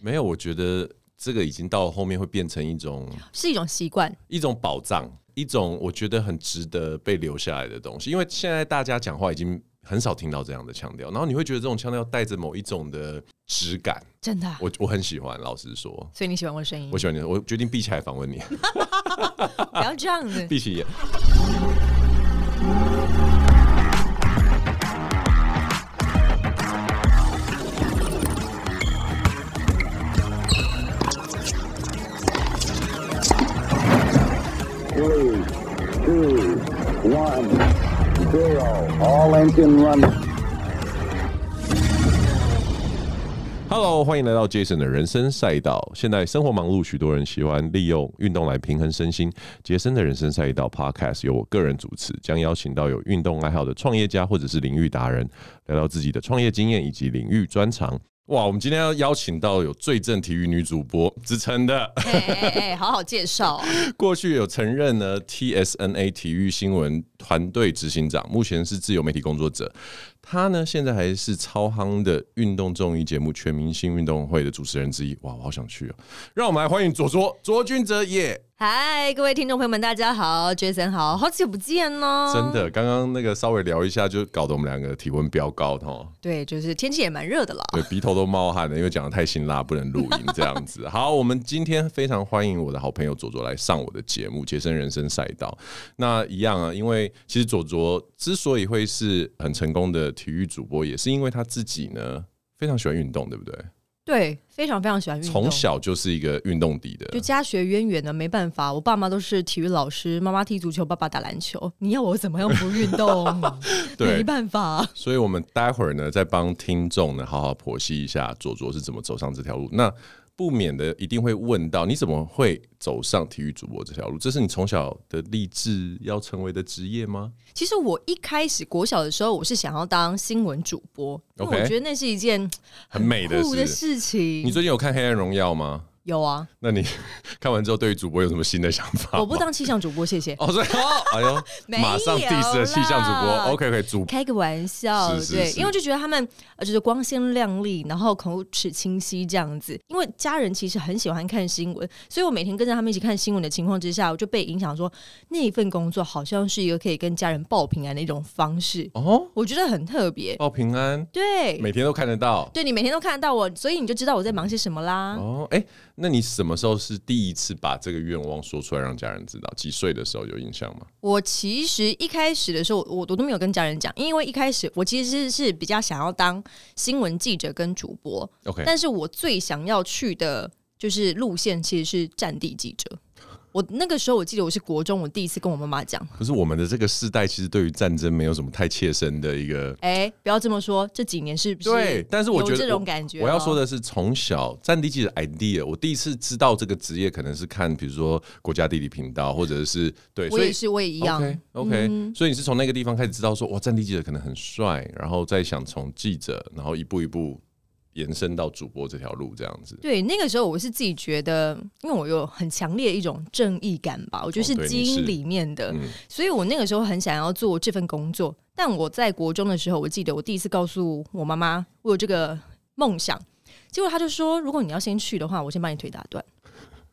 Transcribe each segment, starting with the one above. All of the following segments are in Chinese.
没有，我觉得这个已经到后面会变成一种是一种习惯。一种宝藏，一种我觉得很值得被留下来的东西。因为现在大家讲话已经很少听到这样的腔调，然后你会觉得这种腔调带着某一种的质感，真的啊、我我很喜欢。老实说，所以你喜欢我的声音我？喜欢你，我决定闭起来访问你， 不要这样子。闭起眼。 three, two, one, zero. All engine running. Hello，欢迎来到 Jason 的人生赛道。现在生活忙碌，许多人喜欢利用运动来平衡身心。杰森的人生赛道 Podcast 由我个人主持，将邀请到有运动爱好的创业家或者是领域达人，聊聊自己的创业经验以及领域专长。哇，我们今天要邀请到有最正体育女主播之称的，哎哎哎，好好介绍、过去有曾任呢 TSNA 体育新闻团队执行长，目前是自由媒体工作者。他呢现在还是超夯的运动综艺节目《全明星运动会》的主持人之一。哇，我好想去哦！让我们来欢迎左卓卓君哲耶！嗨，各位听众朋友们，大家好，Jason 好，好久不见哦。真。的，刚刚那个稍微聊一下，就搞得我们两个体温飙高哦哈。对，就是天气也蛮热的啦。对，鼻头都冒汗了，因为讲的太辛辣，不能录音这样子。 好，我们今天非常欢迎我的好朋友左卓来上我的节目《杰森人生赛道》。那一样啊，因为其实左卓之所以会是很成功的体育主播，也是因为他自己呢非常喜欢运动，对不对？对，非常非常喜欢运动。从小就是一个运动底的就。家学渊源呢，没办法，我爸妈都是体育老师，妈妈踢足球，爸爸打篮球。你要我怎么样不运动？ 对没办法。所以，我们待会儿呢，再帮听众呢好好剖析一下左卓是怎么走上这条路。那不免的一定会问到，你怎么会走上体育主播这条路？这是你从小的立志要成为的职业吗？其实我一开始国小的时候，我是想要当新闻主播，因为 OK 我觉得那是一件很美的酷的事。事你情。最近有看《黑暗荣耀》吗？有啊，那你看完之后，对于主播有什么新的想法吗？我不当气象主播，谢谢。哦，所以哦，哎没 呦，有啦马上 diss 了气象主播。OK OK，主开个玩笑，是是对，是因为我就觉得他们呃就是光鲜亮丽，然后呃口齿清晰这样子。因为家人其实很喜欢看新闻，所以我每天跟着他们一起看新闻的情况之下，我就被影响说那一份工作好像是一个可以跟家人报平安的一种方式，哦，我觉得很特别。报平安，对，每天都看得到。对你每天都看得到我，所以你就知道我在忙些什么啦。哦，哎、那你什么时候是第一次把这个愿望说出来让家人知道？几岁的时候有印象吗？我其实一开始的时候，我我都没有跟家人讲，因为一开始我其实是比较想要当新闻记者跟主播， OK 但是我最想要去的就是路线其实是战地记者。我那个时候我记得我是国中，我第一次跟我妈妈讲，可是我们的这个世代其实对于战争没有什么太切身的一个哎、不要这么说，这几年是不是？对，但是我觉得这种感觉啊哦我要说的的是，从小战地记者 idea，我第一次知道这个职业，可能是看比如说国家地理频道，或者是对，我所以也是，我也一样。嗯 OK OK，、所以你是从那个地方开始知道说，哇，战地记者可能很帅，然后再想从记者，然后一步一步延伸到主播这条路，这样子。对，那个时候我是自己觉得，因为我有很强烈的一种正义感吧，我觉得哦对是基你是因里面的，嗯所以我那个时候很想要做这份工作。但我在国中的时候，我记得我第一次告诉我妈妈我有这个梦想，结果她就说：“如果你要先去的话，我先把你腿打断。”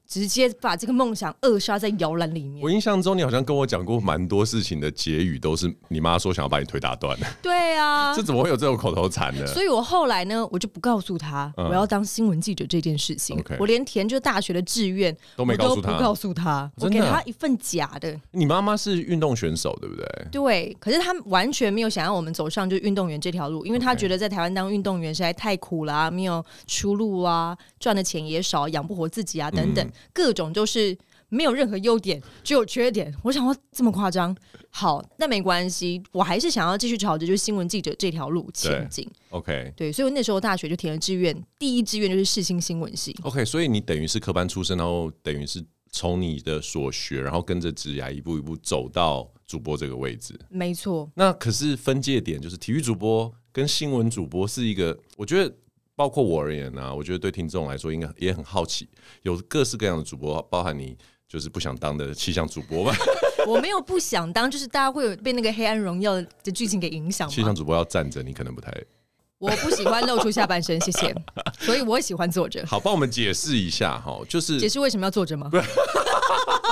直接把这个梦想扼杀在摇篮里面我。印象中，你好像跟我讲过蛮多事情的结语，都是你妈说想要把你腿打断，对 啊这，怎么会有这种口头禅呢？所以我后来呢，我就不告诉她嗯我要当新闻记者这件事情 OK，我连填就大学的志愿都没我告诉不她哦告诉她，我真给的啊她一份假的。你妈妈是运动选手，对不对？对，可是他完全没有想要我们走上就运动员这条路，因为他 OK 觉得在台湾当运动员实在太苦啦、没有出路啊，赚的钱也少，养不活自己啊，等等，各种就是没有任何优点，只有缺点。我想要这么夸张？好，那没关系，我还是想要继续朝着就是新闻记者这条路前进。 OK 对，所以我那时候大学就填了志愿，第一志愿就是世新新闻系。 OK，所以你等于是科班出身，然后等于是从你的所学，然后跟着职涯一步一步走到主播这个位置。没错，那可是分界点就是体育主播跟新闻主播是一个，我觉得包括我而言啊，我觉得对听众来说应该也很好奇，有各式各样的主播，包含你就是不想当的气象主播吧？我没有不想当，就是大家会有被那个《黑暗荣耀》的剧情给影响嘛。气象主播要站着，你可能不太我不喜欢露出下半身，谢谢。所以我喜欢坐着。好，帮我们解释一下哈，就是解释为什么要坐着吗？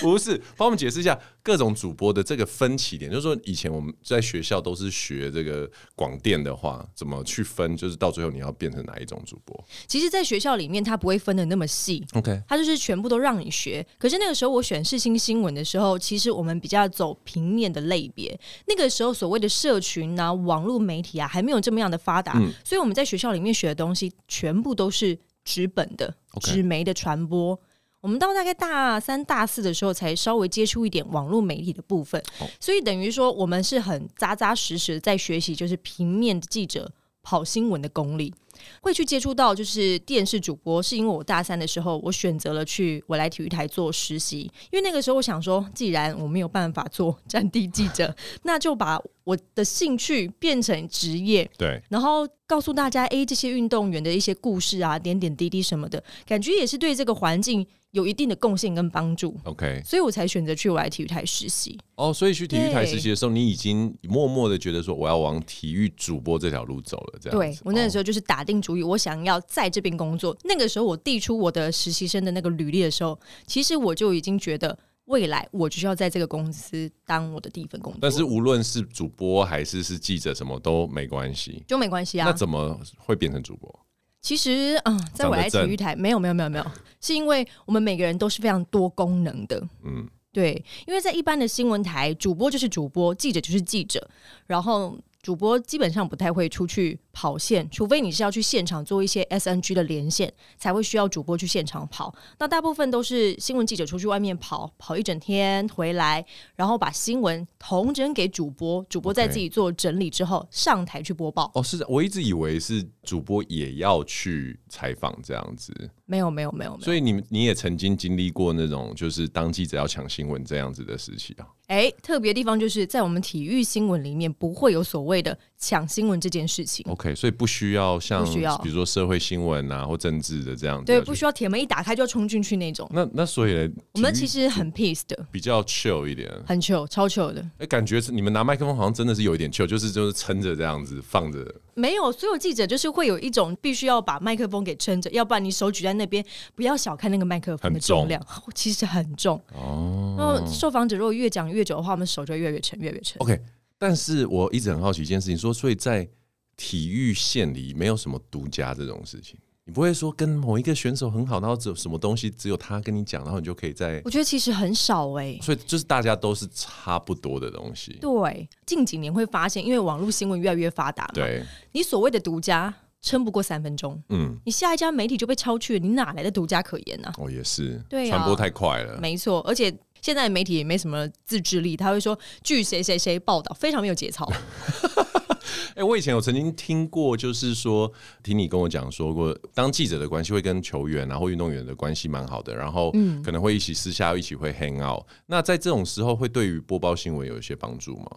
不是，帮我们解释一下各种主播的这个分歧点，就是说以前我们在学校都是学这个广电的话，怎么去分，就是到最后你要变成哪一种主播其实，在学校里面，他不会分的那么细， ？OK，他就是全部都让你学。可是那个时候我选世新新闻的时候，其实我们比较走平面的类别。那个时候所谓的社群啊、网络媒体啊，还没有这么样的发达，所以我们在学校里面学的东西全部都是纸本的、 OK 纸媒的传播。我们到大概大三、大四的时候，才稍微接触一点网络媒体的部分，所以等于说我们是很扎扎实实地在学习，就是平面记者跑新闻的功力。会去接触到就是电视主播，是因为我大三的时候，我选择了去我来体育台做实习，因为那个时候我想说，既然我没有办法做 战地记者，那就把我的兴趣变成职业，对，然后告诉大家，诶，这些运动员的一些故事啊，点点滴滴什么的，感觉也是对这个环境有一定的贡献跟帮助， OK，所以我才选择去我来体育台实习。哦，所以去体育台对实习的时候，你已经默默的觉得说我要往体育主播这条路走了，这样对子我那个时哦候就是打定主意，我想要在这边工作。那个时候我递出我的实习生的那个履历的时候，其实我就已经觉得未来我就是要在这个公司当我的第一份工作，但是无论是主播还是是记者，什么都没关系。就没关系那啊。怎么会变成主播？其实，嗯，在我来体育台没有没有没有没有，是因为我们每个人都是非常多功能的，嗯，对，因为在一般的新闻台，主播就是主播，记者就是记者，然后主播基本上不太会出去跑线，除非你是要去现场做一些 SNG 的连线，才会需要主播去现场跑。那大部分都是新闻记者出去外面跑，跑一整天回来，然后把新闻统整给主播，主播再 OK 自己做整理之后上台去播报。哦，是的我一直以为是主播也要去采访这样子，没有没有没有没有，所以你们你也曾经经历过那种就是当记者要抢新闻这样子的时期啊。哎，特别地方就是在我们体育新闻里面不会有所谓的抢新闻这件事情。 OK，所以不需要像嗯不需要比如说社会新闻啊或政治的这样子对，的去，不需要铁门一打开就要冲进去那种。那那所以呢我们体育其实很 peace 的，比较 chill 一点，很 chill，超 chill 的。哎、感觉是你们拿麦克风好像真的是有一点糗，就是就是撑着这样子放着。没有，所有记者就是会有一种必须要把麦克风给撑着，要不然你手举在那边，不要小看那个麦克风的很重重量， 其实很重。哦，然后受访者如果越讲越久的话，我们手就会越来越沉，越来越沉。 OK，但是我一直很好奇一件事情，说所以在体育线里没有什么独家这种事情，你不会说跟某一个选手很好，然后只有什么东西只有他跟你讲，然后你就可以在我，觉得其实很少哎、所以就是大家都是差不多的东西。对，近几年会发现，因为网络新闻越来越发达嘛，对，你所谓的独家撑不过三分钟，嗯，你下一家媒体就被超去了，你哪来的独家可言呢、哦也是，对啊传播太快了。没错，而且现在媒体也没什么自制力，他会说据谁谁谁报道，非常没有节操。哎、我以前有曾经听过，就是说，听你跟我讲说过，当记者的关系会跟球员啊或运动员的关系蛮好的，然后嗯可能会一起私下一起会 hang out。那在这种时候，会对于播报新闻有一些帮助吗？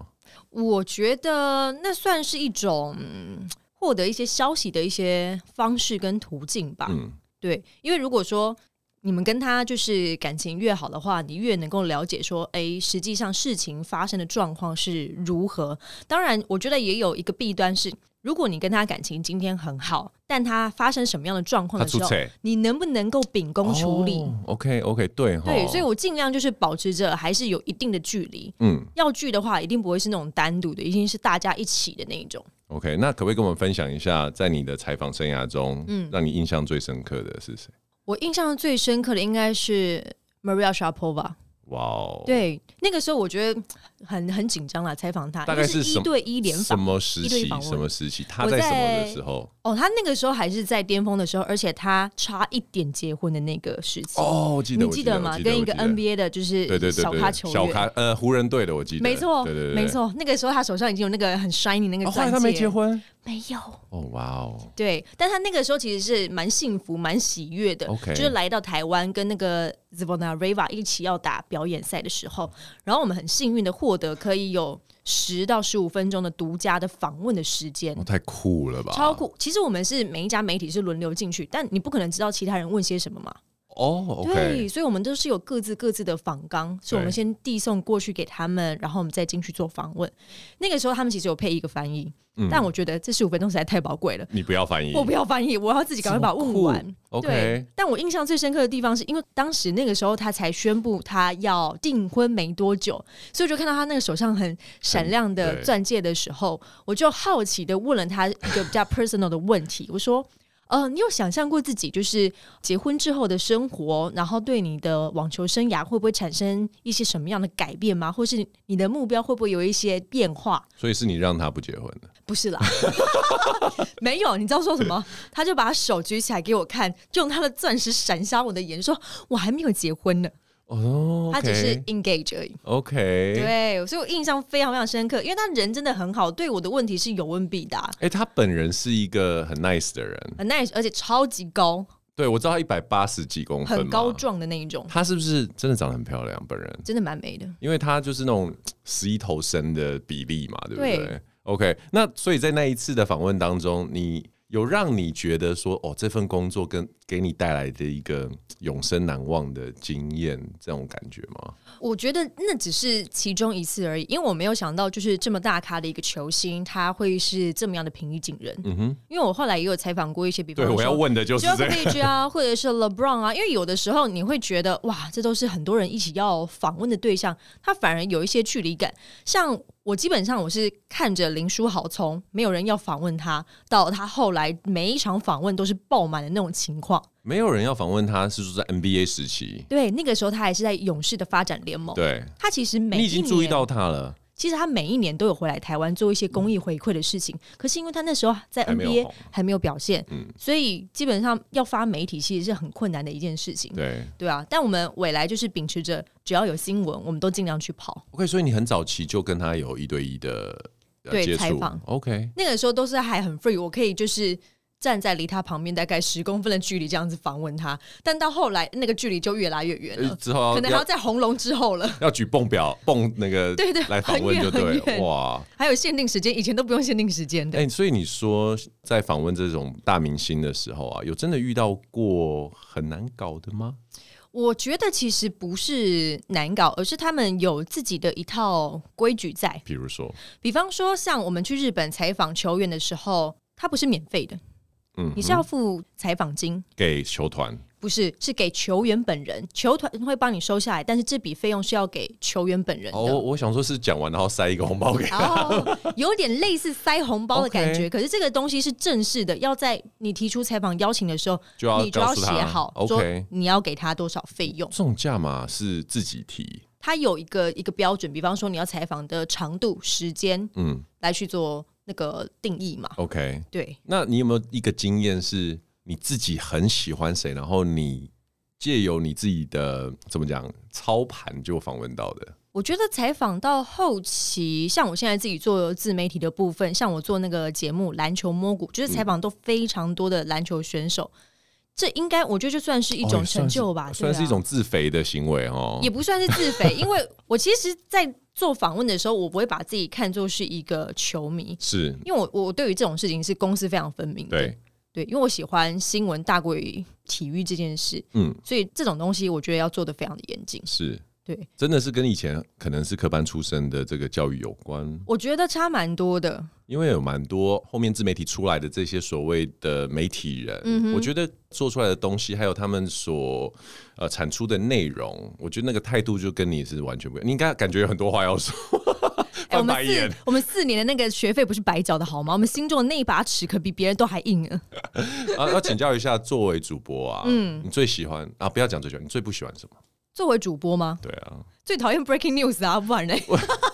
我觉得那算是一种嗯获得一些消息的一些方式跟途径吧。嗯，对，因为如果说你们跟他就是感情越好的话，你越能够了解说，哎，实际上事情发生的状况是如何。当然，我觉得也有一个弊端是，如果你跟他感情今天很好，但他发生什么样的状况他的哦时出哦候，彩你能不能够秉公处理？ OK OK，对哈，对，所以我尽量就是保持着还是有一定的距离。嗯要聚的话，一定不会是那种单独的，一定是大家一起的那一种。 OK，那可不可以跟我们分享一下，在你的采访生涯中，嗯，让你印象最深刻的是谁？我印象最深刻的应该是 Maria Sharapova。哇哦，，对，那个时候我觉得很很紧张啦，采访她，大因概为是是什一么对一联什访。么时一对一期？访问什么时期？他我在什么在的时候？哦，她那个时候还是在巅峰的时候，而且她差一点结婚的那个时期，哦，我记得，你我记记得吗？我记得跟一我个记得 NBA 的就对对是对小对，咖球员，小咖呃湖人队的，我记得，没错，对对对，没。错。那个时候她手上已经有那个很 shiny 那个哦，钻戒，后来他没结，婚，没有。哦哇哦，对，但他那个时候其实是蛮幸福、蛮喜悦的 OK 就是来到台湾跟那个 Zvonareva 一起要打表演赛的时候，然后我们很幸运的获得可以有十到十五分钟的独家的访问的时间哦。太酷了吧，超酷！其实我们是每一家媒体是轮流进去，但你不可能知道其他人问些什么嘛。哦，OK，对，所以我们都是有各自各自的访纲，是我们对先递送过去给他们，然后我们再进去做访问。那个时候他们其实有配一个翻译，嗯但我觉得这十五分钟实在太宝贵了。你不要翻译，我不要翻译，我要自己赶快把它问完。酷 OK 对，但我印象最深刻的地方是因为当时那个时候他才宣布他要订婚没多久，所以我就看到他那个手上很闪亮的对钻戒的时候，我就好奇的问了他一个比较 personal 的问题，我说。呃，你有想象过自己就是结婚之后的生活，然后对你的网球生涯会不会产生一些什么样的改变吗？或是你的目标会不会有一些变化？所以是你让他不结婚的，不是啦， 没有，你知道说什么？他就把手举起来给我看，就用他的钻石闪瞎我的眼，说我还没有结婚呢，哦，他只是 engage 而已。 OK，对，所以我印象非常非常深刻，因为他人真的很好，对我的问题是有问必答，哎、他本人是一个很 nice 的人，很 nice，而且超级高，对我知道他一百八十几公分，很高。壮的那一种，他是不是真的长得很漂亮？本人，真的蛮美的。因为他就是那种十一头身的比例嘛，对不对对 o k 那所以在那一次的访问当中，你有让你觉得说，哦，这份工作跟给你带来的一个永生难忘的经验，这种感觉吗？我觉得那只是其中一次而已，因为我没有想到，就是这么大咖的一个球星，他会是这么样的平易近人。嗯哼，因为我后来也有采访过一些，比方对，我要哦说问的就是这个。 Djokovic 啊，或者是 LeBron 啊，因为有的时候你会觉得哇，这都是很多人一起要访问的对象，他反而有一些距离感。像我基本上我是看着林书豪从没有人要访问他，到他后来每一场访问都是爆满的那种情况。没有人要访问他，是说在 NBA 时期，对，那个时候他还是在勇士的发展联盟。对他其实每一你已年经注意到他了，其实他每一年都有回来台湾做一些公益回馈的事情，可是因为他那时候在还没有 NBA 红嗯还没有表现，所以基本上要发媒体其实是很困难的一件事情。对对啊，但我们未来就是秉持着只要有新闻，我们都尽量去跑。 ，OK，所以你很早期就跟他有一对一的呃对接采触访，OK，那个时候都是还很 free，我可以就是站在离他旁边大概十公分的距离这样子访问他，但到后来那个距离就越来越远呃了，之后可能还要要在红龙之后了， 要举蹦表蹦那个对对来访问就很对远很远哇，还有限定时间，以前都不用限定时间的。哎、所以你说在访问这种大明星的时候啊，有真的遇到过很难搞的吗？我觉得其实不是难搞，而是他们有自己的一套规矩在。比如说，比方说，像我们去日本采访球员的时候，他不是免费的，嗯你是要付采访金。给球团不是，是给球员本人，球团会帮你收下来，但是这笔费用是要给球员本人的。哦，我我想说是讲完然后塞一个红包给他，哦，有点类似塞红包的感觉 OK 可是这个东西是正式的，要在你提出采访邀请的时候，就要你就要告诉写他好 OK 说你要给他多少费用。这种价码是自己提，它有一个一个标准，比方说你要采访的长度、时间嗯来去做那个定义嘛。 ，OK，对，那你有没有一个经验是你自己很喜欢谁，然后你借由你自己的怎么讲操盘就访问到的？我觉得采访到后期，像我现在自己做自媒体的部分，像我做那个节目《篮球摸骨》，嗯就是采访都非常多的篮球选手。这应该我觉得就算是一哦种也成算是就吧，算对是啊一种自肥的行为哦也。不算是自肥，因为我其实，在做访问的时候，我不会把自己看作是一个球迷，是，因为我我对于这种事情是公私非常分明的。对，对，因为我喜欢新闻大过于体育这件事，嗯，所以这种东西我觉得要做的非常的严谨。是。对，真的是跟以前可能是科班出身的这个教育有关，我觉得差蛮多的，因为有蛮多后面自媒体出来的这些所谓的媒体人，嗯哼我觉得做出来的东西，还有他们所呃产出的内容，我觉得那个态度就跟你是完全不一样。你应该感觉有很多话要说， 哎，我翻们白眼四。我们四年的那个学费不是白缴的好吗？我们心中的那一把尺可比别人都还硬啊！啊，要请教一下，作为主播啊，嗯，你最喜欢啊？不要讲最喜欢，你最不喜欢什么？作为主播吗？对啊，最讨厌 breaking news 啊，不然呢？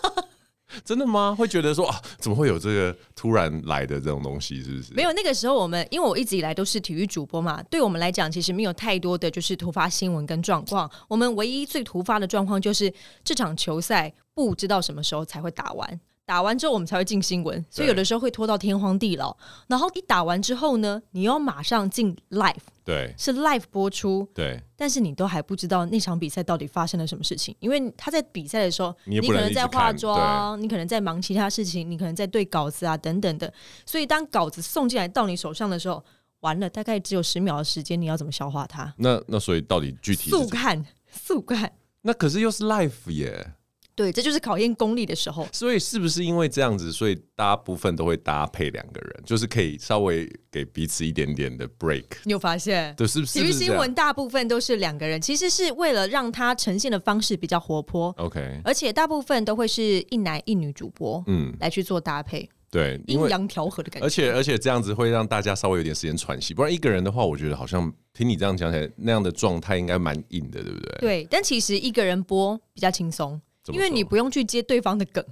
真的吗？会觉得说啊，怎么会有这个突然来的这种东西？是不是？没有，那个时候我们因为我一直以来都是体育主播嘛，对我们来讲其实没有太多的就是突发新闻跟状况。我们唯一最突发的状况就是这场球赛不知道什么时候才会打完，打完之后我们才会进新闻，所以有的时候会拖到天荒地老。然后你打完之后呢，你要马上进 live，对是 live 播出。对，但是你都还不知道那场比赛到底发生了什么事情，因为他在比赛的时候，你你也不可能能一直在看化妆，你可能在忙其他事情，你可能在对稿子啊等等的，所以当稿子送进来到你手上的时候，完了，大概只有十秒的时间，你要怎么消化它？那那所以到底具体是速看， 速看，那可是又是 life 耶，对，这就是考验功力的时候。所以是不是因为这样子，所以大部分都会搭配两个人，就是可以稍微给彼此一点点的 break，你有发现？对，是不是？体育是不是新这样闻大部分都是两个人，其实是为了让它呈现的方式比较活泼， OK，而且大部分都会是一男一女主播嗯，来去做搭配，对，因阴为阳调和的感觉。而且而且这样子会让大家稍微有点时间喘息，不然一个人的话，我觉得好像听你这样讲起来，那样的状态应该蛮硬的，对不对？对，但其实一个人播比较轻松，怎么因为说你不用去接对方的梗，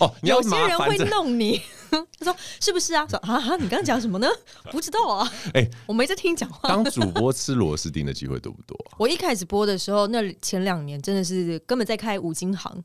哦，你要有些麻人烦会着弄你。 他说：“是不是啊？”说：“啊啊，你刚刚讲什 么呢？不知道啊。哎我没在听你讲话。当主播吃螺丝钉的机会多不多啊？我一开始播的时候，那前两年真的是根本在开五金行，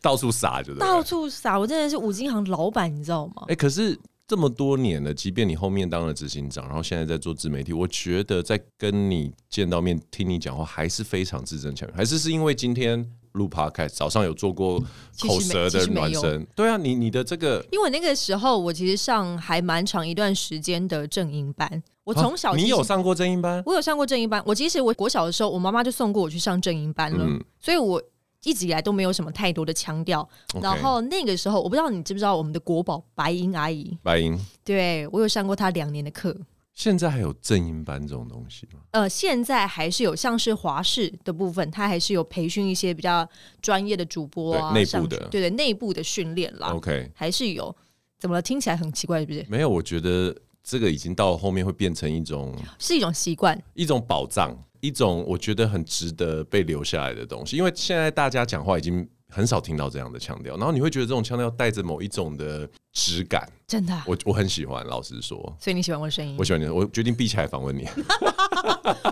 到处撒，就对了。啊到处撒。我真的是五金行老板，你知道吗哎、？可是这么多年了，即便你后面当了执行长，然后现在在做自媒体，我觉得在跟你见到面、听你讲话，还是非常字正腔圆。还是是因为今天录 podcast 早上有做过嗯其实没口舌的其实没暖有身，对啊，你你的这个因为那个时候我其实上还蛮长一段时间的正音班，我从小、啊你有。上过正音班，我有上过正音班，我其实我国小的时候，我妈妈就送过我去上正音班了，嗯所以我一直以来都没有什么太多的腔调。 OK 然后那个时候，我不知道你知不知道我们的国宝白银阿姨，白银。对我有上过她两年的课。现在还有正音班这种东西吗？呃，现在还是有像是华视的部分，它还是有培训一些比较专业的主播啊，对内部上的对对内部的训练啦 OK，还是有。怎么了？听起来很奇怪，是不是？没有，我觉得这个已经到后面会变成一种是一种习惯。一种宝藏，一种我觉得很值得被留下来的东西。因为现在大家讲话已经很少听到这样的腔调，然后你会觉得这种腔调带着某一种的质感，真的啊、我我很喜欢。老实说，所以你喜欢我的声音我？喜欢你，我决定闭起来访问你，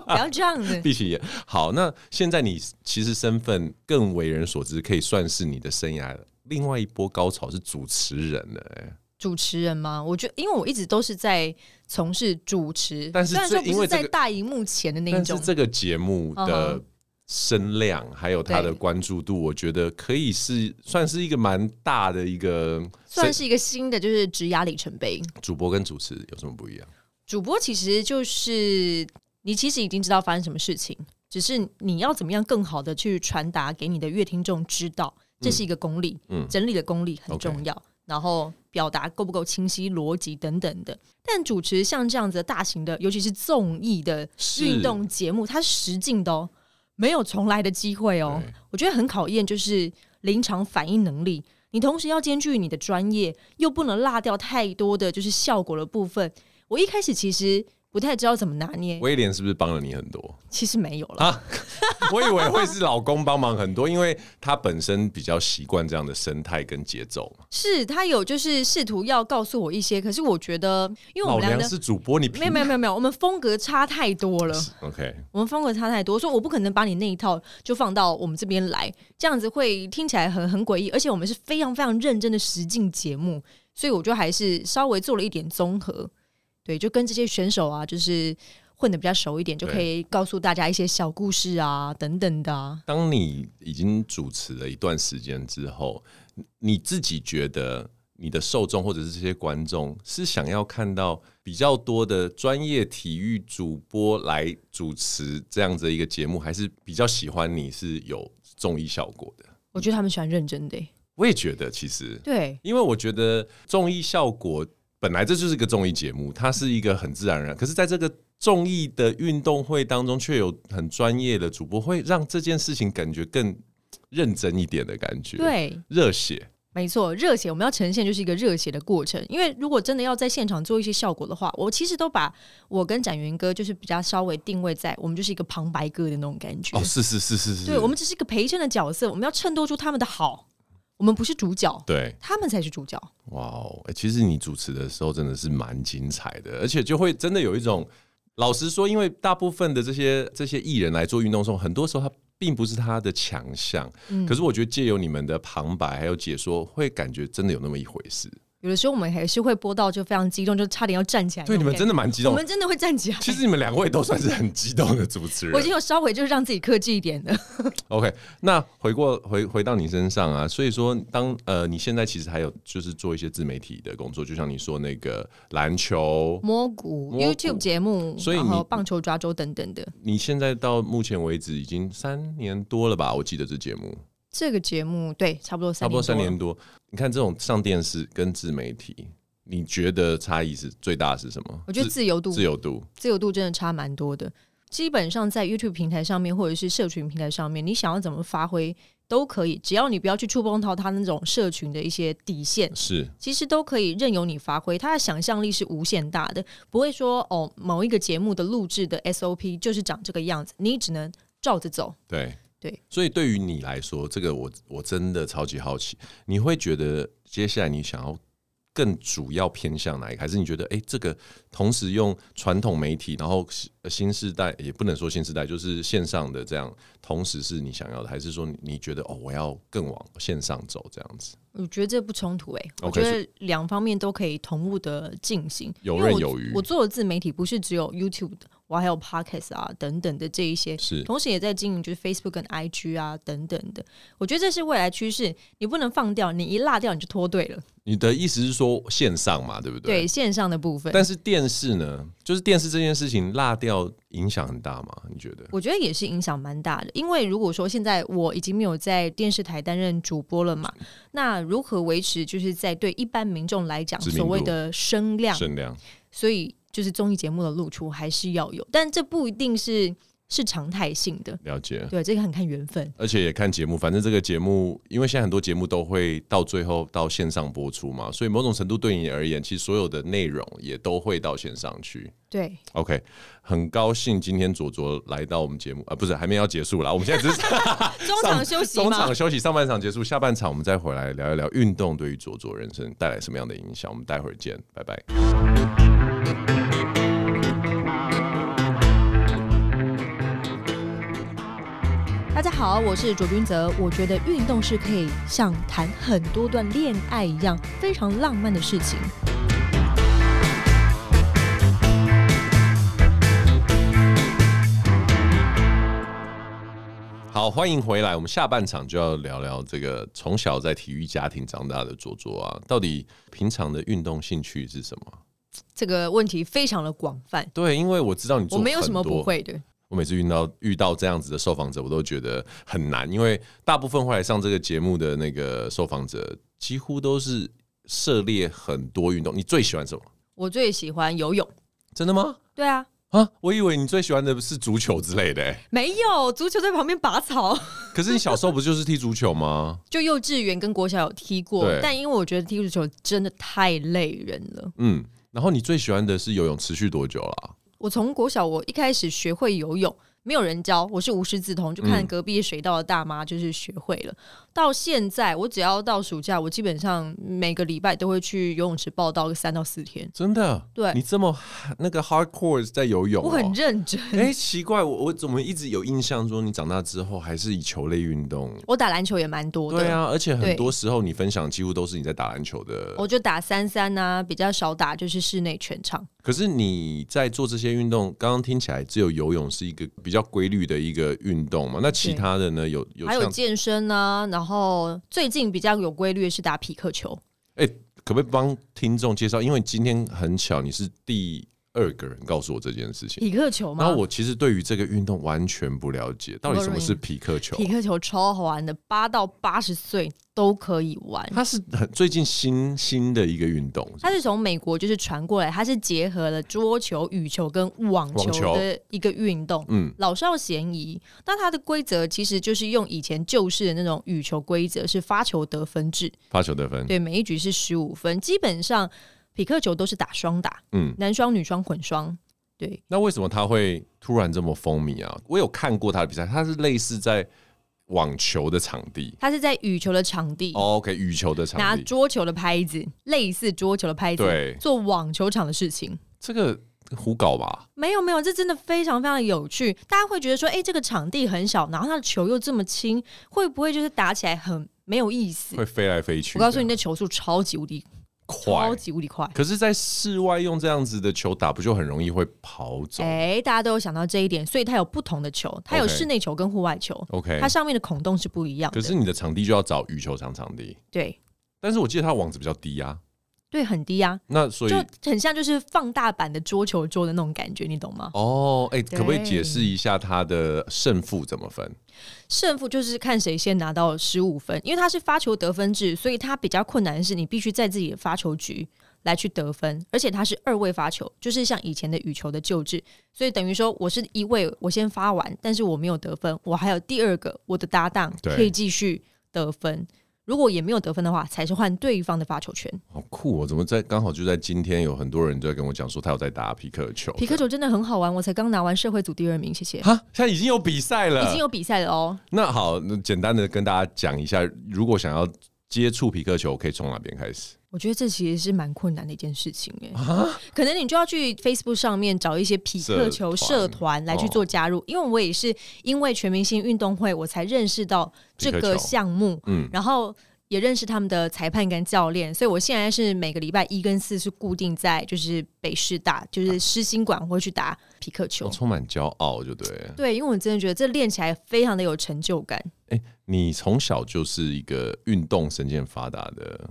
不要这样子。闭起眼。好，那现在你其实身份更为人所知，可以算是你的生涯另外一波高潮是主持人了、欸。主持人吗？我觉得，因为我一直都是在从事主持，但是虽然这说因不为是这个在大荧幕前的那一但是种，这个节目嗯的哼声量还有它的对关注度，我觉得可以是算是一个蛮大的一个算是一个新的就是职涯里程碑。主播跟主持有什么不一样？主播其实就是你其实已经知道发生什么事情，只是你要怎么样更好的去传达给你的乐听众知道，这是一个功力，嗯整理的功力很 OK 重要。然后表达够不够清晰、逻辑等等的，但主持像这样子的大型的，尤其是综艺的是运动节目，它是实境的哦，没有重来的机会哦对。我觉得很考验就是临场反应能力，你同时要兼具你的专业，又不能落掉太多的就是效果的部分。我一开始其实不太知道怎么拿捏，威廉是不是帮了你很多？ 其实没啊有了。我以为会是老公帮忙很多，因为他本身比较习惯这样的生态跟节奏嘛。是他有就是试图要告诉我一些，可是我觉得，因为我老们俩娘呢，是主播，你凭没有没有没有没有，我们风格差太多了。 OK？我们风格差太多，所以我不可能把你那一套就放到我们这边来，这样子会听起来很很诡异。而且我们是非常非常认真的实境节目，所以我就还是稍微做了一点综合，对，就跟这些选手啊，就是混的比较熟一点，就对可以告诉大家一些小故事啊等等的、啊。当你已经主持了一段时间之后，你你自己觉得你的受众或者是这些观众是想要看到比较多的专业体育主播来主持这样子的一个节目，还是比较喜欢你是有综艺效果的？我觉得他们喜欢认真的欸、我也觉得，其实对，因为我觉得综艺效果本来这就是个综艺节目，它是一个很自然而然。可是，在这个综艺的运动会当中，却有很专业的主播，会让这件事情感觉更认真一点的感觉，，对，热血。没错，热血我们要呈现就是一个热血的过程，因为如果真的要在现场做一些效果的话，我其实都把我跟展元哥就是比较稍微定位在我们就是一个旁白哥的那种感觉，哦，是是是是是，对我们只是一个陪衬的角色，我们要衬托出他们的好，我们不是主角，对，他们才是主角。哇哦、欸其实你主持的时候真的是蛮精彩的，而且就会真的有一种，老实说，因为大部分的这些这些艺人来做运动的时候，很多时候他并不是他的强嗯项，可是我觉得借由你们的旁白还有解说，会感觉真的有那么一回事。有的时候我们还是会播到就非常激动，就差点要站起来。对，你们真的，的蛮激我动的。们真的会站起来。其实你们两位都算是很激动的主持人。我已经有稍微就是让自己克制一点的。 OK，那回过回回到你身上啊，所以说当呃你现在其实还有就是做一些自媒体的工作，就像你说那个篮球， 蘑菇蘑菇 YouTube 节目，所以然后你棒球抓周等等的你现在到目前为止已经三年多了吧？我记得这节目这个节目，对，差不多差三不多三了年多。你看这种上电视跟自媒体，你觉得差异是最大的是什么？我觉得自自由度自由度，自由度真的差蛮多的。基本上在 YouTube 平台上面，或者是社群平台上面，你想要怎么发挥都可以，只要你不要去触碰到他那种社群的一些底线，是其实都可以任由你发挥。他的想象力是无限大的，不会说哦某一个节目的录制的 SOP 就是长这个样子，你只能照着走。对对。所以对于你来说，这个我我真的超级好奇，你会觉得接下来你想要更主要偏向哪一个？还是你觉得哎、诶这个同时用传统媒体，然后新呃新时代也不能说新时代，就是线上的这样，同时是你想要的，还是说你你觉得哦，我要更往线上走这样子？我觉得这不冲突诶、欸我 OK，觉得两方面都可以同步的进行，游因为刃我有余我做的自媒体不是只有 YouTube 的，我还有 Podcast 啊等等的这一些，是同时也在经营就是 Facebook 跟 IG 啊等等的。我觉得这是未来趋势，你不能放掉，你一落掉你就脱队了。你的意思是说线上嘛，对不对？对。线上的部分，但是电视呢，就是电视这件事情落掉影响很大嘛？你觉得？我觉得也是影响蛮大的，因为如果说现在我已经没有在电视台担任主播了嘛，那如何维持就是在对一般民众来讲知名所谓度的声量声量所以就是综艺节目的露出还是要有，但这不一定是是常态性的。了解。对，这个很看缘分。而且也看节目，反正这个节目，因为现在很多节目都会到最后到线上播出嘛，所以某种程度对你而言，其实所有的内容也都会到线上去。对， OK，很高兴今天卓卓来到我们节目，啊，不是还没要结束啦，我们现在只是中场休息中嘛场，休息，上半场结束，下半场我们再回来聊一聊运动对于卓卓人生带来什么样的影响。我们待会儿见，拜拜。大家好，我是卓君泽。我觉得运动是可以像谈很多段恋爱一样，非常浪漫的事情。好，欢迎回来。我们下半场就要聊聊这个从小在体育家庭长大的卓卓啊，到底平常的运动兴趣是什么？这个问题非常的广泛，对，因为我知道你做我没有什么很多不。会的。我每次遇到遇到这样子的受访者，我都觉得很难，因为大部分会来上这个节目的那个受访者，几乎都是涉猎很多运动。你最喜欢什么？我最喜欢游泳。真的吗？对啊，啊，我以为你最喜欢的是足球之类的欸、没有足球在旁边拔草。可是你小时候不就是踢足球吗？ 就幼稚园跟国小有踢过对，但因为我觉得踢足球真的太累人了。嗯，然后你最喜欢的是游泳，持续多久了？啊我从国小我一开始学会游泳，没有人教，我是无师自通，就看嗯隔壁水道的大妈就是学会了。到现在，我只要到暑假，我基本上每个礼拜都会去游泳池报道个三到四天，真的？对你这么那个 hardcore 在游泳哦、我很认真。哎、奇怪，我我怎么一直有印象说你长大之后还是以球类运动？我打篮球也蛮多的，对啊，而且很对多时候你分享几乎都是你在打篮球的。我就打三三啊，比较少打就是室内全场。可是你在做这些运动，刚刚听起来只有游泳是一个比较规律的一个运动嘛？那其对他的呢？有有还有像健身啊，然后最近比较有规律的是打匹克球，哎、可不可以帮听众介绍？因为今天很巧，你是第二个人告诉我这件事情。匹克球吗？然后我其实对于这个运动完全不了解，到底什么是匹克球？匹克球超好玩的，八到八十岁都可以玩。它是很最近新新的一个运动，它是从美国就是传过来，它是结合了桌球、羽球跟网网球球的一个运动。嗯，老少咸宜。那它的规则其实就是用以前旧式的那种羽球规则，是发球得分制，发球得分，对，每一局是十五分。基本上匹克球都是打双打，嗯，男双、女双、混双。对，那为什么他会突然这么风靡啊？我有看过他的比赛，他是类似在网球的场地、它是在羽球的场地。哦 o k 羽球的拿场地，桌球的拍子，类似桌球的拍子对，做网球场的事情。这个胡搞吧？没有没有，这真的非常非常有趣。大家会觉得说，哎、这个场地很小，然后它的球又这么轻，会不会就是打起来很没有意思？会飞来飞去我的。告诉你，那球速超级无敌快超，级无敌快。可是，在室外用这样子的球打，不就很容易会跑走？哎，大家都有想到这一点，所以它有不同的球，它有 OK 室内球跟户外球 OK 它上面的孔洞是不一样的。可是你的场地就要找羽球场场地，对但是我记得它网子比较低啊，对，很低啊，那所以就很像就是放大版的桌球桌的那种感觉，你懂吗？哦，哎、对可不可以解释一下它的胜负怎么分？胜负就是看谁先拿到十五分，因为它是发球得分制，所以它比较困难的是你必须在自己的发球局来去得分，而且它是二位发球，就是像以前的羽球的旧制，所以等于说我是一位我先发完，但是我没有得分，我还有第二个我的搭档对可以继续得分。如果也没有得分的话，才是换对方的发球权。好酷哦！怎么在刚好就在今天，有很多人都在跟我讲说他有在打皮克球，皮克球真的很好玩，我才刚拿完社会组第二名，谢谢。哈，现在已经有比赛了，已经有比赛了哦，那好，那简单的跟大家讲一下，如果想要接触皮克球，可以从哪边开始？我觉得这其实是蛮困难的一件事情哎、 可能你就要去 Facebook 上面找一些匹克球啊社团哦社团来去做加入，因为我也是因为全明星运动会，我才认识到这匹克个球项目，嗯然后。也认识他们的裁判跟教练，所以我现在是每个礼拜一跟四是固定在就是北师大，啊就是狮心馆会去打匹克球。我哦充满骄傲，就对了。对，因为我真的觉得这练起来非常的有成就感。哎、你从小就是一个运动神经发达的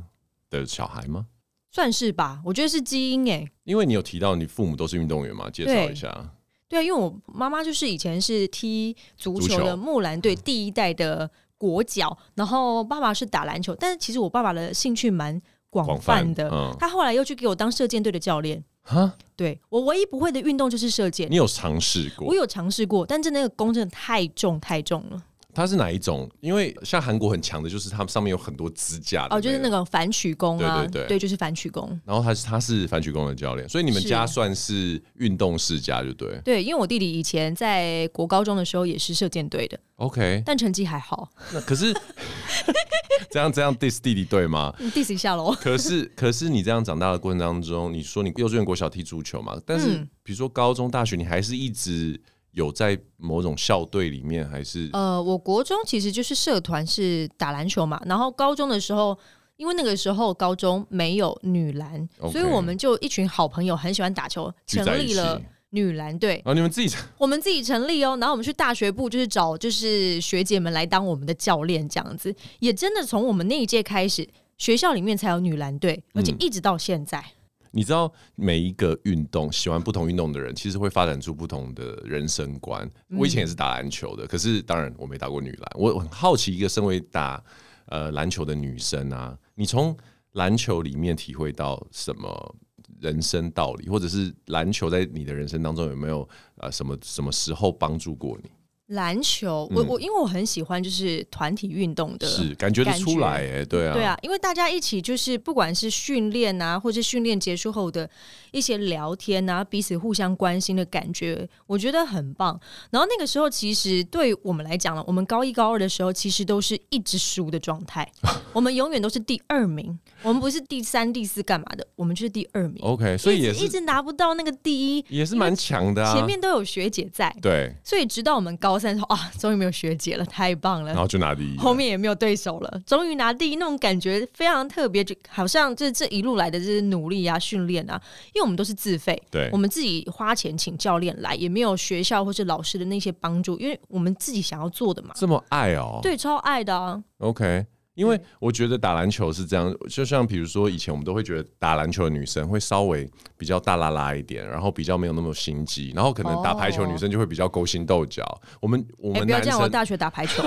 的小孩吗？算是吧，我觉得是基因哎、因为你有提到你父母都是运动员嘛，介绍一下。对啊，因为我妈妈就是以前是踢足足球球嗯的木兰队第一代的国脚，然后爸爸是打篮球，但是其实我爸爸的兴趣蛮广广泛泛的，嗯他后来又去给我当射箭队的教练。哈，对我唯一不会的运动就是射箭你，有尝试我过？有尝试过，但是那个弓真的太重太重了，它是哪一种？因为像韩国很强的就是它上面有很多支架的哦，就是那个。个反曲弓啊，啊对对对就是反曲弓。然后他是他是反曲弓的教练，所以你们是家算是运动世家，就对。对，因为我弟弟以前在国高中的时候也是射箭队的， OK，但成绩还好，那可 是这样这样 diss 弟弟对吗？你 diss 一下喽。可是，可是你这样长大的过程当中，你说你幼稚园、国小踢足球嘛，但是嗯比如说高中、大学，你还是一直有在某种校队里面，还是呃，我国中其实就是社团是打篮球嘛，然后高中的时候，因为那个时候高中没有女篮 OK 所以我们就一群好朋友很喜欢打球，聚成在一立起了女篮队。啊，你们自己我们自己成立哦，然后我们去大学部就是找就是学姐们来当我们的教练这样子，也真的从我们那一届开始，学校里面才有女篮队，而嗯且一直到现在。你知道每一个运动喜欢不同运动的人，其实会发展出不同的人生观。我以嗯前也是打篮球的，可是当然我没打过女篮。我很好奇，一个身为打呃篮球的女生啊，你从篮球里面体会到什么人生道理，或者是篮球在你的人生当中有没有呃什么什么时候帮助过你？篮球，我、我因为我很喜欢就是团体运动的，嗯是感觉得出来哎、对啊，对啊，因为大家一起就是不管是训练啊，或是训练结束后的一些聊天啊，彼此互相关心的感觉，我觉得很棒。然后那个时候，其实对我们来讲了，我们高一高二的时候，其实都是一直输的状 态，我们永远都是第二名，我们不是第三、第四干嘛的，我们就是第二名。 OK，所以一直也一是直拿不到那个第一，也是蛮强的啊。前面都有学姐在，对，所以直到我们高三说啊，终于没有学姐了，太棒了然。后就拿第一了，后面也没有对手了，终于拿第一，那种感觉非常特别，就好像这这一路来的这些努力啊、训练啊，因为我们都是自费，对我们自己花钱请教练来，也没有学校或是老师的那些帮助，因为我们自己想要做的嘛，这么爱哦、对，超爱的啊， OK，因嗯为我觉得打篮球是这样，就像比如说以前我们都会觉得打篮球的女生会稍微比较大啦啦一点，然后比较没有那么心机，然后可能打排球哦女生就会比较勾心斗角。我们我哎、们不要男这样，生我大学打排球，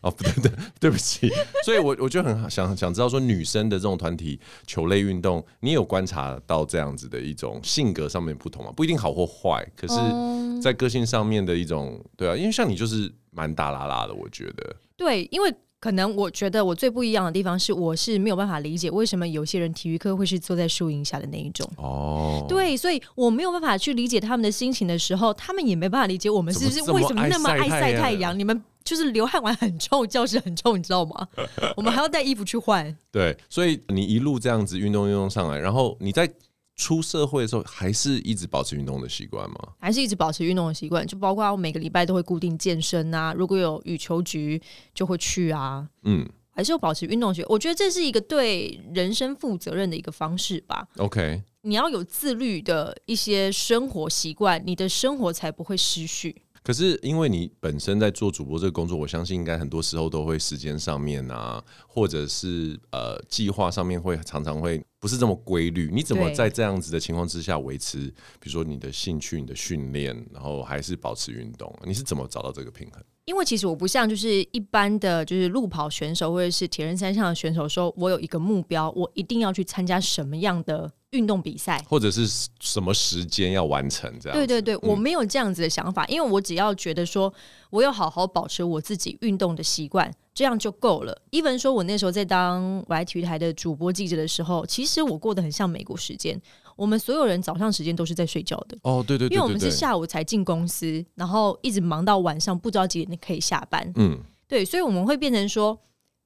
哦，不对 对，对不起，所以我我就很想想知道说女生的这种团体球类运动，你有观察到这样子的一种性格上面不同吗？不一定好或坏，可哦是在个性上面的一种对啊，因为像你就是蛮大啦啦的，我觉得对，因为。可能我觉得我最不一样的地方是，我是没有办法理解为什么有些人体育课会是坐在树荫下的那一种。哦，对，所以我没有办法去理解他们的心情的时候，他们也没办法理解我们是不是为什么那么爱晒太阳？啊你们就是流汗完很臭，教室很臭，你知道吗？我们还要带衣服去换。对，所以你一路这样子运动运动上来，然后你在出社会的时候，还是一直保持运动的习惯吗？还是一直保持运动的习惯，就包括我每个礼拜都会固定健身啊，如果有羽球局就会去啊，嗯，还是有保持运动学。我觉得这是一个对人生负责任的一个方式吧。 OK，你要有自律的一些生活习惯，你的生活才不会失序。可是因为你本身在做主播这个工作，我相信应该很多时候都会时间上面啊，或者是呃计划上面会常常会不是这么规律。你怎么对在这样子的情况之下维持，比如说你的兴趣、你的训练，然后还是保持运动？啊你是怎么找到这个平衡？因为其实我不像就是一般的，就是路跑选手或者是铁人三项的选手，说我有一个目标，我一定要去参加什么样的运动比赛。或者是什么时间要完成？这样对子对对，我没有这样子的想法，因为我只要觉得说我有好好保持我自己运动的习惯，这样就够了。even 说我那时候在当我爱体育台的主播记者的时候，其实我过得很像美国时间，我们所有人早上时间都是在睡觉的。哦，对对对因为我们对是对下午才进公司，然后一直忙到晚上，不知道几点可以下班。嗯，对，所以我们会变成说，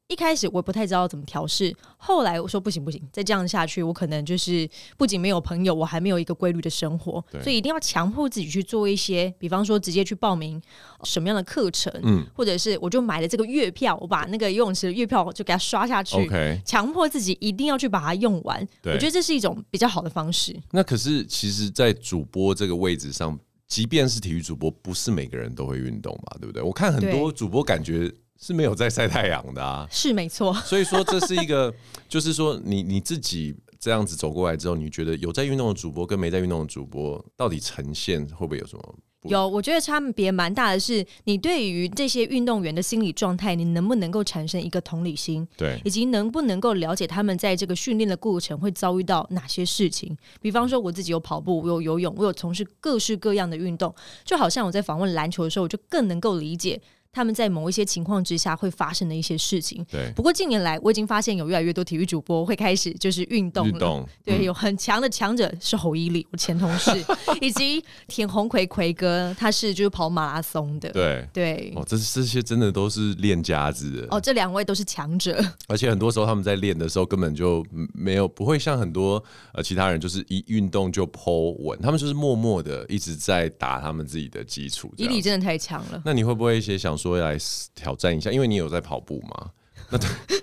一开始我也不太知道怎么调试，后来我说不行不行，再这样下去，我可能就是不仅没有朋友，我还没有一个规律的生活对，所以一定要强迫自己去做一些，比方说直接去报名呃什么样的课程，嗯或者是我就买了这个月票，我把那个游泳池的月票就给它刷下去。 ，OK。强迫自己一定要去把它用完，我对觉得这是一种比较好的方式。那可是，其实，在主播这个位置上，即便是体育主播，不是每个人都会运动吧？对不对？我看很多对，主播感觉是没有在晒太阳的啊是没错，所以说这是一个，就是说你你自己这样子走过来之后，你觉得有在运动的主播跟没在运动的主播，到底呈现会不会有什么不？有，我觉得差别蛮大的是，你对于这些运动员的心理状态，你能不能够产生一个同理心，对以及能不能够了解他们在这个训练的过程会遭遇到哪些事情。比方说，我自己有跑步，我有游泳，我有从事各式各样的运动，就好像我在访问篮球的时候，我就更能够理解他们在某一些情况之下会发生的一些事情。对，不过近年来，我已经发现有越来越多体育主播会开始就是运动运了，动对，有很强的强者是侯伊力，我前同 事，以及田红奎奎哥，他是就是跑马拉松的，对。对哦，这这些真的都是练家子的，哦，这两位都是强者，而且很多时候他们在练的时候根本就没有不会像很多呃其他人就是一运动就剖稳，他们就是默默的一直在打他们自己的基础。这伊样力真的太强 了。那你会不会一些想说来挑战一下？因为你有在跑步嘛？那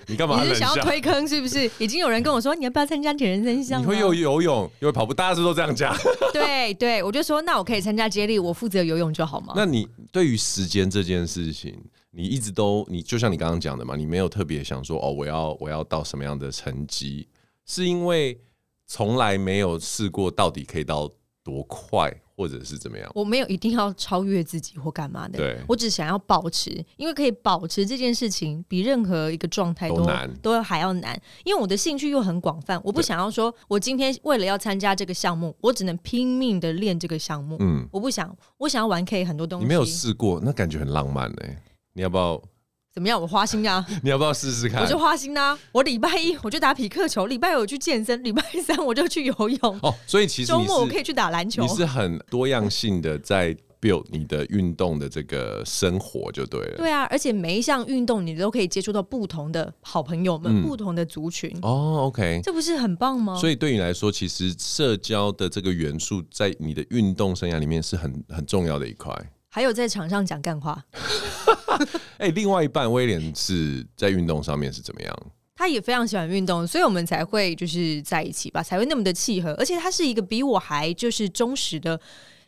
你干嘛你冷是想笑要？推坑是 不是？已经有人跟我说你要不要参加铁人三项你吗？会又游泳又会跑步，大家是不是都这样讲。 对对，我就说那我可以参加接力，我负责游泳就好吗？那你对于时间这件事情，你一直都你就像你刚刚讲的嘛，你没有特别想说哦，我要我要到什么样的成绩，是因为从来没有试过到底可以到多快，或者是怎么样？我没有一定要超越自己或干嘛的，对我只想要保持，因为可以保持这件事情比任何一个状态都都难都还要难。因为我的兴趣又很广泛，我不想要说我今天为了要参加这个项目，我只能拼命的练这个项目。嗯，我不想，我想要玩可以很多东西。你没有试过，那感觉很浪漫呢、你要不要？ 怎么样？我花心啊，你要不要试试我看就？花心啊。我礼拜一我就打匹克球，礼拜五我去健身，礼拜三我就去游泳，哦，所以其实周你末我可是以去打篮球你。是很多样性的在 build 你的运动的这个生活就对了。对啊，而且每一项运动你都可以接触到不同的好朋友们、不同的族群。嗯哦，OK，这不是很棒吗？所以对你来说，其实社交的这个元素在你的运动生涯里面是很很重要的一块。还有在场上讲干话，哎、另外一半威廉是在运动上面是怎么样？他也非常喜欢运动，所以我们才会就是在一起吧，才会那么的契合。而且他是一个比我还就是忠实的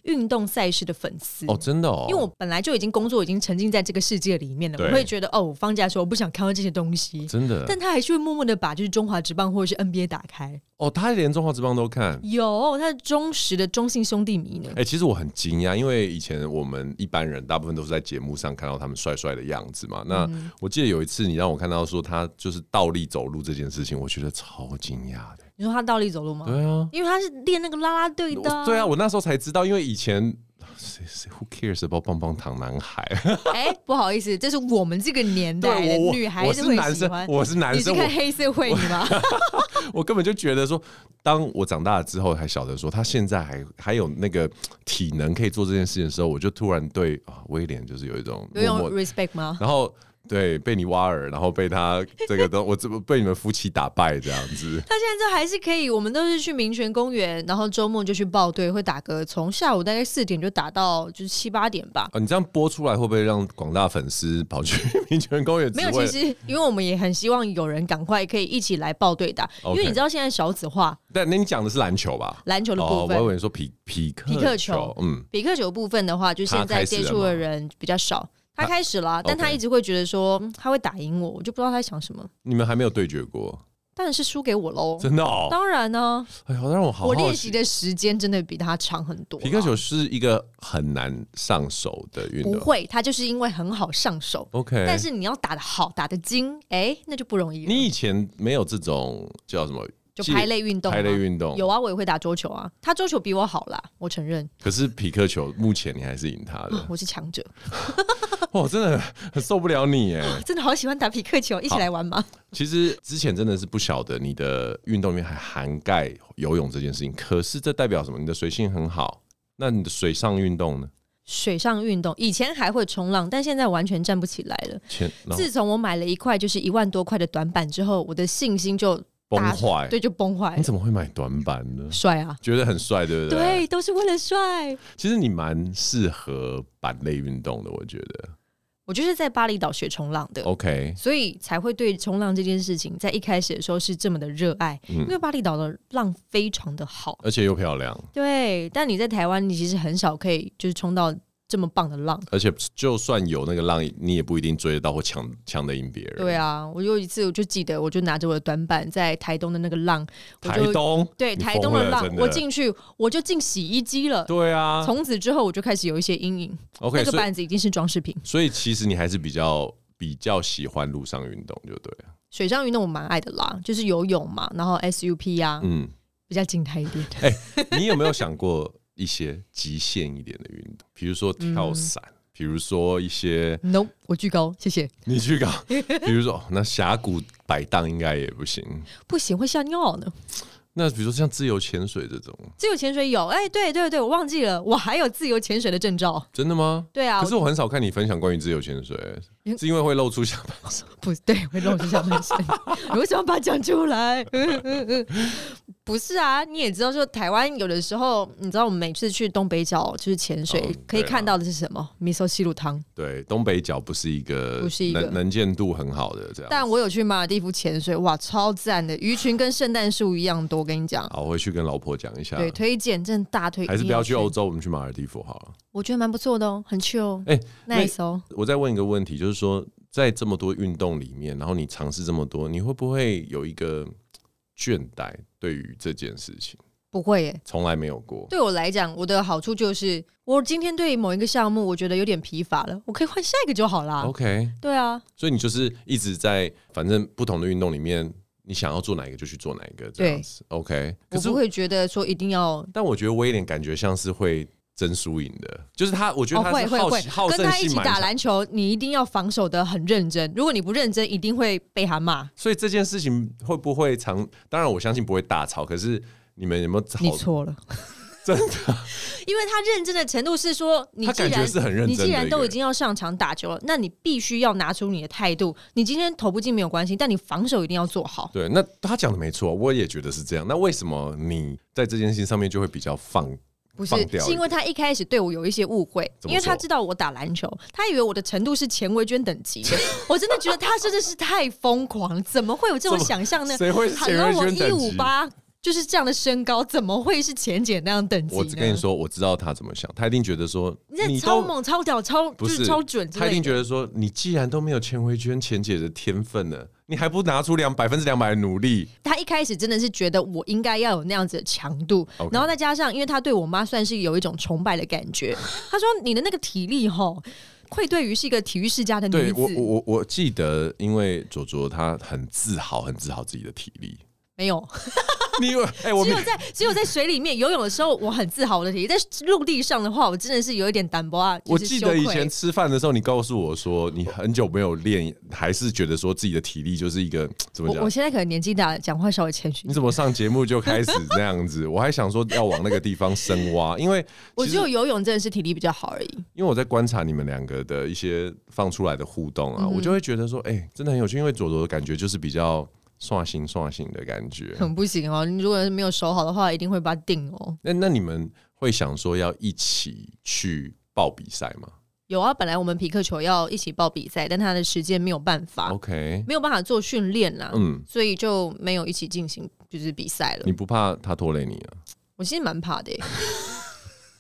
运动赛事的粉丝。哦，真的哦，因为我本来就已经工作，已经沉浸在这个世界里面了，对我会觉得哦，我放假的时候我不想看到这些东西，真的但他还是会默默的把就是中华职棒或者是 NBA 打开，哦，他连中华职棒都看。有他是忠实的中信兄弟迷呢哎、。其实我很惊讶，因为以前我们一般人大部分都是在节目上看到他们帅帅的样子嘛。那嗯我记得有一次你让我看到说他就是倒立走路这件事情，我觉得超惊讶的。你说他倒立走路吗？对 啊，因为他是练那个啦啦队的、我对啊，我那时候才知道，因为以前谁谁 Who cares about 棒棒糖男孩？哎、不好意思，这是我们这个年代的对我我女孩我子是会男喜生欢。我是男 你是生看我黑社会你 吗？我根本就觉得说，当我长大了之后，还晓得说他现在还还有那个体能可以做这件事情的时候，我就突然对啊威廉就是有一种有默用默， respect 吗？然后对，被你挖耳，然后被他这个都我怎么被你们夫妻打败这样子？他现在这还是可以，我们都是去民权公园，然后周末就去报队，会打个从下午大概四点就打到就是七八点吧。哦，你这样播出来会不会让广大粉丝跑去 民权公园？没有，其，实因为我们也很希望有人赶快可以一起来报队打，因 OK 为你知道现在少子化，但那你讲的是篮球吧？篮球的哦部，我分，以为你说匹匹克匹克球嗯，比克球部分的话，就现在接触的人比较少。他他开开始了啊，他但他 OK 一直会觉得说嗯他会打赢我，我就不知道他在想什么。你们还没有对决过，当然是输给我喽，真的哦。哦当然呢、哎呦，让我好我好练习奇。的时间真的比他长很多啊。皮克球是一个很难上手的运不动会，他就是因为很好上手， ，OK。但是你要打得好，打得精，哎，那就不容易了。你以前没有这种叫什么？就界拍类运动吗，拍类运动有啊，我也会打桌球啊。他桌球比我好啦，我承认，可是皮克球目前你还是赢他啊 的，我是强者。哇，真的很受不了你哎！真的好喜欢打匹克球，一起来玩吗？其实之前真的是不晓得你的运动里面还涵盖游泳这件事情，可是这代表什么？你的水性很好，那你的水上运动呢？水上运动以前还会冲浪，但现在完全站不起来了。前然后自从我买了一块就是一万多块的短板之后，我的信心就崩打坏，对就崩坏你了。怎么会买短板呢？帅啊！觉得很帅，对不对？对，都是为了帅。其实你蛮适合板类运动的，我觉得。我就是在巴厘岛学冲浪的。哦 OK，所以才会对冲浪这件事情，在一开始的时候是这么的热爱，嗯因为巴厘岛的浪非常的好，而且又漂亮，对。但你在台湾，你其实很少可以就是冲到这么棒的浪，而且就算有那个浪，你也不一定追得到或抢抢得赢别人。对啊，啊。我有一次我就记得，我就拿着我的短板在台东的那个浪，我台就东对你台疯东了的浪真，的我进去我就进洗衣机了。对啊从此之后，我就开始有一些阴影。 ，OK，那个所以板子已经是装饰品。所以其实你还是比较比较喜欢陆上运动，就对了。水上运动我蛮爱的啦，就是游泳嘛，然后 SUP 啊， 嗯，比较静态一 点。你有没有想过一些极限一点的运动，比如说跳伞？嗯比如说一些 No，我巨高，谢谢。你去 搞，比如说哦那峡谷摆荡应该也不行。不行，会吓尿呢。那比如说像自由潜水这种，自由潜水有，哎、对对对，我忘记了，我还有自由潜水的证照。真的吗？对啊，可是我很少看你分享关于自由潜水，因是因为会露出下巴。不对，会露出下 半身。你为什么要把它讲出来？ 不是啊，你也知道，说台湾有的时候，你知道我们每次去东北角就是潜水，哦可以对啊看到的是什么？米寿西鲁汤。对，东北角不是一个不是一个能能见度很好的这样。但我有去马尔地夫潜水，哇，超赞的，鱼群跟圣诞树一样多，我跟你讲。好，我回去跟老婆讲一下。对，推荐，真的大推，还是一定不要去欧要，洲，我们去马尔地夫好了。我觉得蛮不错的哦，很 chill，哦哎、那，nice 哦。我再问一个问题，就是说，在这么多运动里面，然后你尝试这么多，你会不会有一个倦怠？对于这件事情，不会耶，从来没有过。对我来讲，我的好处就是，我今天对某一个项目我觉得有点疲乏了，我可以换下一个就好啦。 OK，对啊，所以你就是一直在，反正不同的运动里面，你想要做哪一个就去做哪一个，这样子。OK，我可是不会觉得说一定要。但我觉得威廉感觉像是会争输赢的，就是他，我觉哦，得他会是会好会奇、好，跟胜他一心起蛮打强。篮球，你一定要防守的很认真。如果你不认真，一定会被他骂。所以这件事情会不会常？当然我相信不会大吵，可是你们有没有吵？你错了， 真的， 因为他认真的程度是说，你他既感然觉是很认你真的一个人。既然都已经要上场打球了，那你必须要拿出你的态度。你今天投不进没有关系，但你防守一定要做好。对，那他讲的没错，我也觉得是这样。那为什么你在这件事情上面就会比较放？不是放，掉一是因为点他一开始对我有一些误会，怎么因为他说知道我打篮球，他以为我的程度是钱维娟等级的。我真的觉得他真的是太疯狂了，怎么会有这种怎么想象呢？谁会是钱然瑞后我轩一等五级？八就是这样的身高，怎么会是钱姐那样等级我呢？只跟你，说，我知道他怎么想，他一定觉得说那你超都猛、超屌、超不就是超准之类他的，一定觉得说你既然都没有钱回娟钱姐的天分了，你还不拿出两百分之两百的努力？他一开始真的是觉得我应该要有那样子的强度 OK 然后再加上，因为他对我妈算是有一种崇拜的感 觉。他说：“你的那个体力吼，愧对于是一个体育世家的女对我我子。我我记得，因为卓卓他很自豪，很自豪自己的体力，没有，你以为？哎、 我 只明有在只有在水里面游泳的时候，我很自豪的提；在陆地上的话，我真的是有一点胆薄啊。我就是记羞得以愧前吃饭的时候，你告诉我说你很久没有练，还是觉得说自己的体力就是一个怎么我讲我？现在可能年纪大，讲话稍微谦虚你。怎么上节目就开始这样子？我还想说要往那个地方深挖，因为我其只实嗯有游泳真的是体力比较好而已。因为我在观察你们两个的一些放出来的互动啊，我嗯就会觉得说，哎、真的很有趣。因为左左的感觉就是比较刷新刷新的感觉。很不行哦，你如果是没有守好的话，一定会把它定哦。那那你们会想说要一起去报比赛吗有啊，本来我们皮克球要一起报比赛，但他的时间没有办法， ？OK，没有办法做训练啦，嗯，所以就没有一起进行就是比赛了你。不怕他拖累你 啊？我其实蛮怕的耶、欸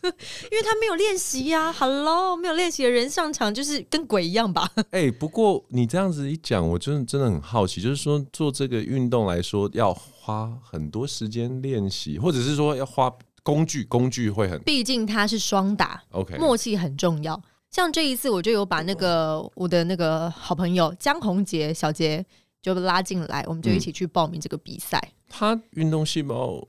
因为他没有练习呀、h e l l o 没有练习的人上场就是跟鬼一样吧？哎、不过你这样子一讲，我真的真的很好奇，就是说做这个运动来说，要花很多时间练习，或者是说要花工具，工具会很毕竟他是双打， OK。默契很重要。像这一次，我就有把那个我的那个好朋友江宏杰小杰就拉进来，我们就嗯一起去报名这个比赛。他运动细胞，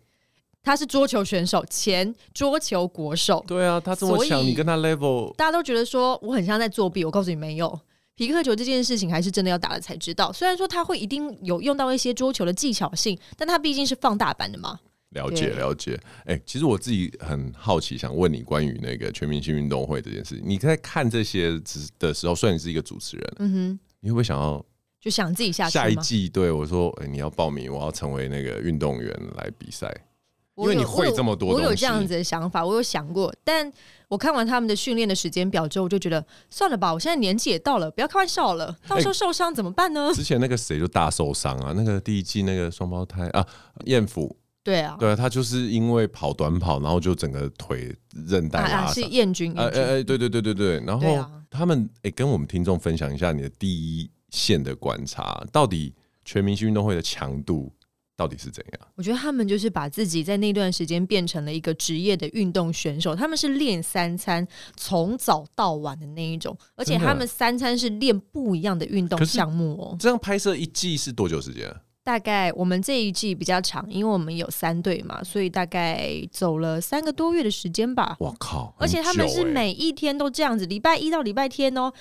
他是桌球选手，前桌球国手。对啊，他这么所以强，你跟他 level 大家都觉得说我很像在作弊，我告诉你没有。皮克球这件事情还是真的要打了才知道。虽然说他会一定有用到一些桌球的技巧性，但他毕竟是放大版的嘛。了解对了解。哎、其实我自己很好奇，想问你关于那个全明星运动会这件事情。你在看这些之的时候，虽然你是一个主持人，嗯哼，你会不会想要就想自己下去下一吗？季对我说、哎，你要报名，我要成为那个运动员来比赛？我有因为你会我有这么多我有东西这样子的想法，我有想过，但我看完他们的训练的时间表之后，我就觉得算了吧，我现在年纪也到了，不要开玩笑了，到哎时候受伤怎么办呢？之前那个谁就大受伤啊，那个第一季那个双胞胎啊，燕府，对啊，对啊，他就是因为跑短跑，然后就整个腿韧带啊啊拉是伤。燕军，哎燕哎军哎，对对对对对，然对后啊他们哎、跟我们听众分享一下你的第一线的观察，到底全明星运动会的强度到底是怎样？我觉得他们就是把自己在那段时间变成了一个职业的运动选手，他们是练三餐，从早到晚的那一种，而且真的他们三餐是练不一样的运动可是项目哦。这样拍摄一季是多久时间啊？大概我们这一季比较长，因为我们有三队嘛，所以大概走了三个多月的时间吧。我靠！而且很他们久是欸每一天都这样子，礼拜一到礼拜天哦，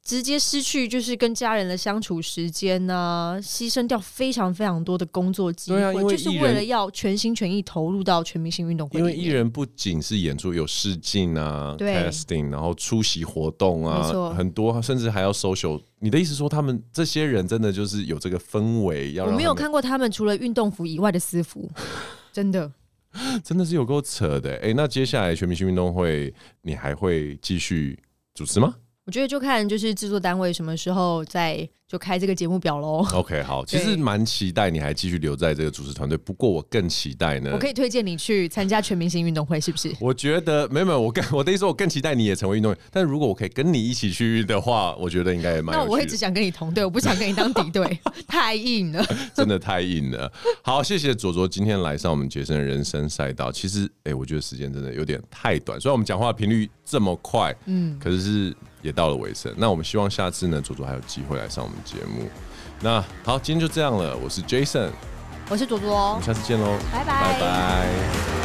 直接失去就是跟家人的相处时间呢、牺牲掉非常非常多的工作机会，对啊因为就是艺人为了要全心全意投入到全明星运动会因里为面。艺人不仅是演出，有试镜啊、对 casting，然后出席活动没啊，错很多，甚至还要 social。你的意思说，他们这些人真的就是有这个氛围，要我让没有他们看过他们除了运动服以外的私服，真的。真的是有够扯的、哎、那接下来全明星运动会，你还会继续主持吗我觉得就看就是制作单位什么时候再就开这个节目表喽。 ？OK，好，其对实蛮期待你还继续留在这个主持团队。不过我更期待呢，我可以推荐你去参加全明星运动会，是不是？我觉得没有没有，我更我的意思，我更期待你也成为运动员。但如果我可以跟你一起去的话，我觉得应该也蛮那有趣的。我会只想跟你同队，我不想跟你当敌对， 太硬了。 真的太硬了。好，谢谢左左今天来上我们杰森的人生赛道。其实，哎、我觉得时间真的有点太短，虽然我们讲话频率这么快，嗯，可是是也到了尾声。那我们希望下次呢，左左还有机会来上我们节目。那好，今天就这样了。我是 Jason，我是卓卓我哦们，下次见喽，拜拜拜拜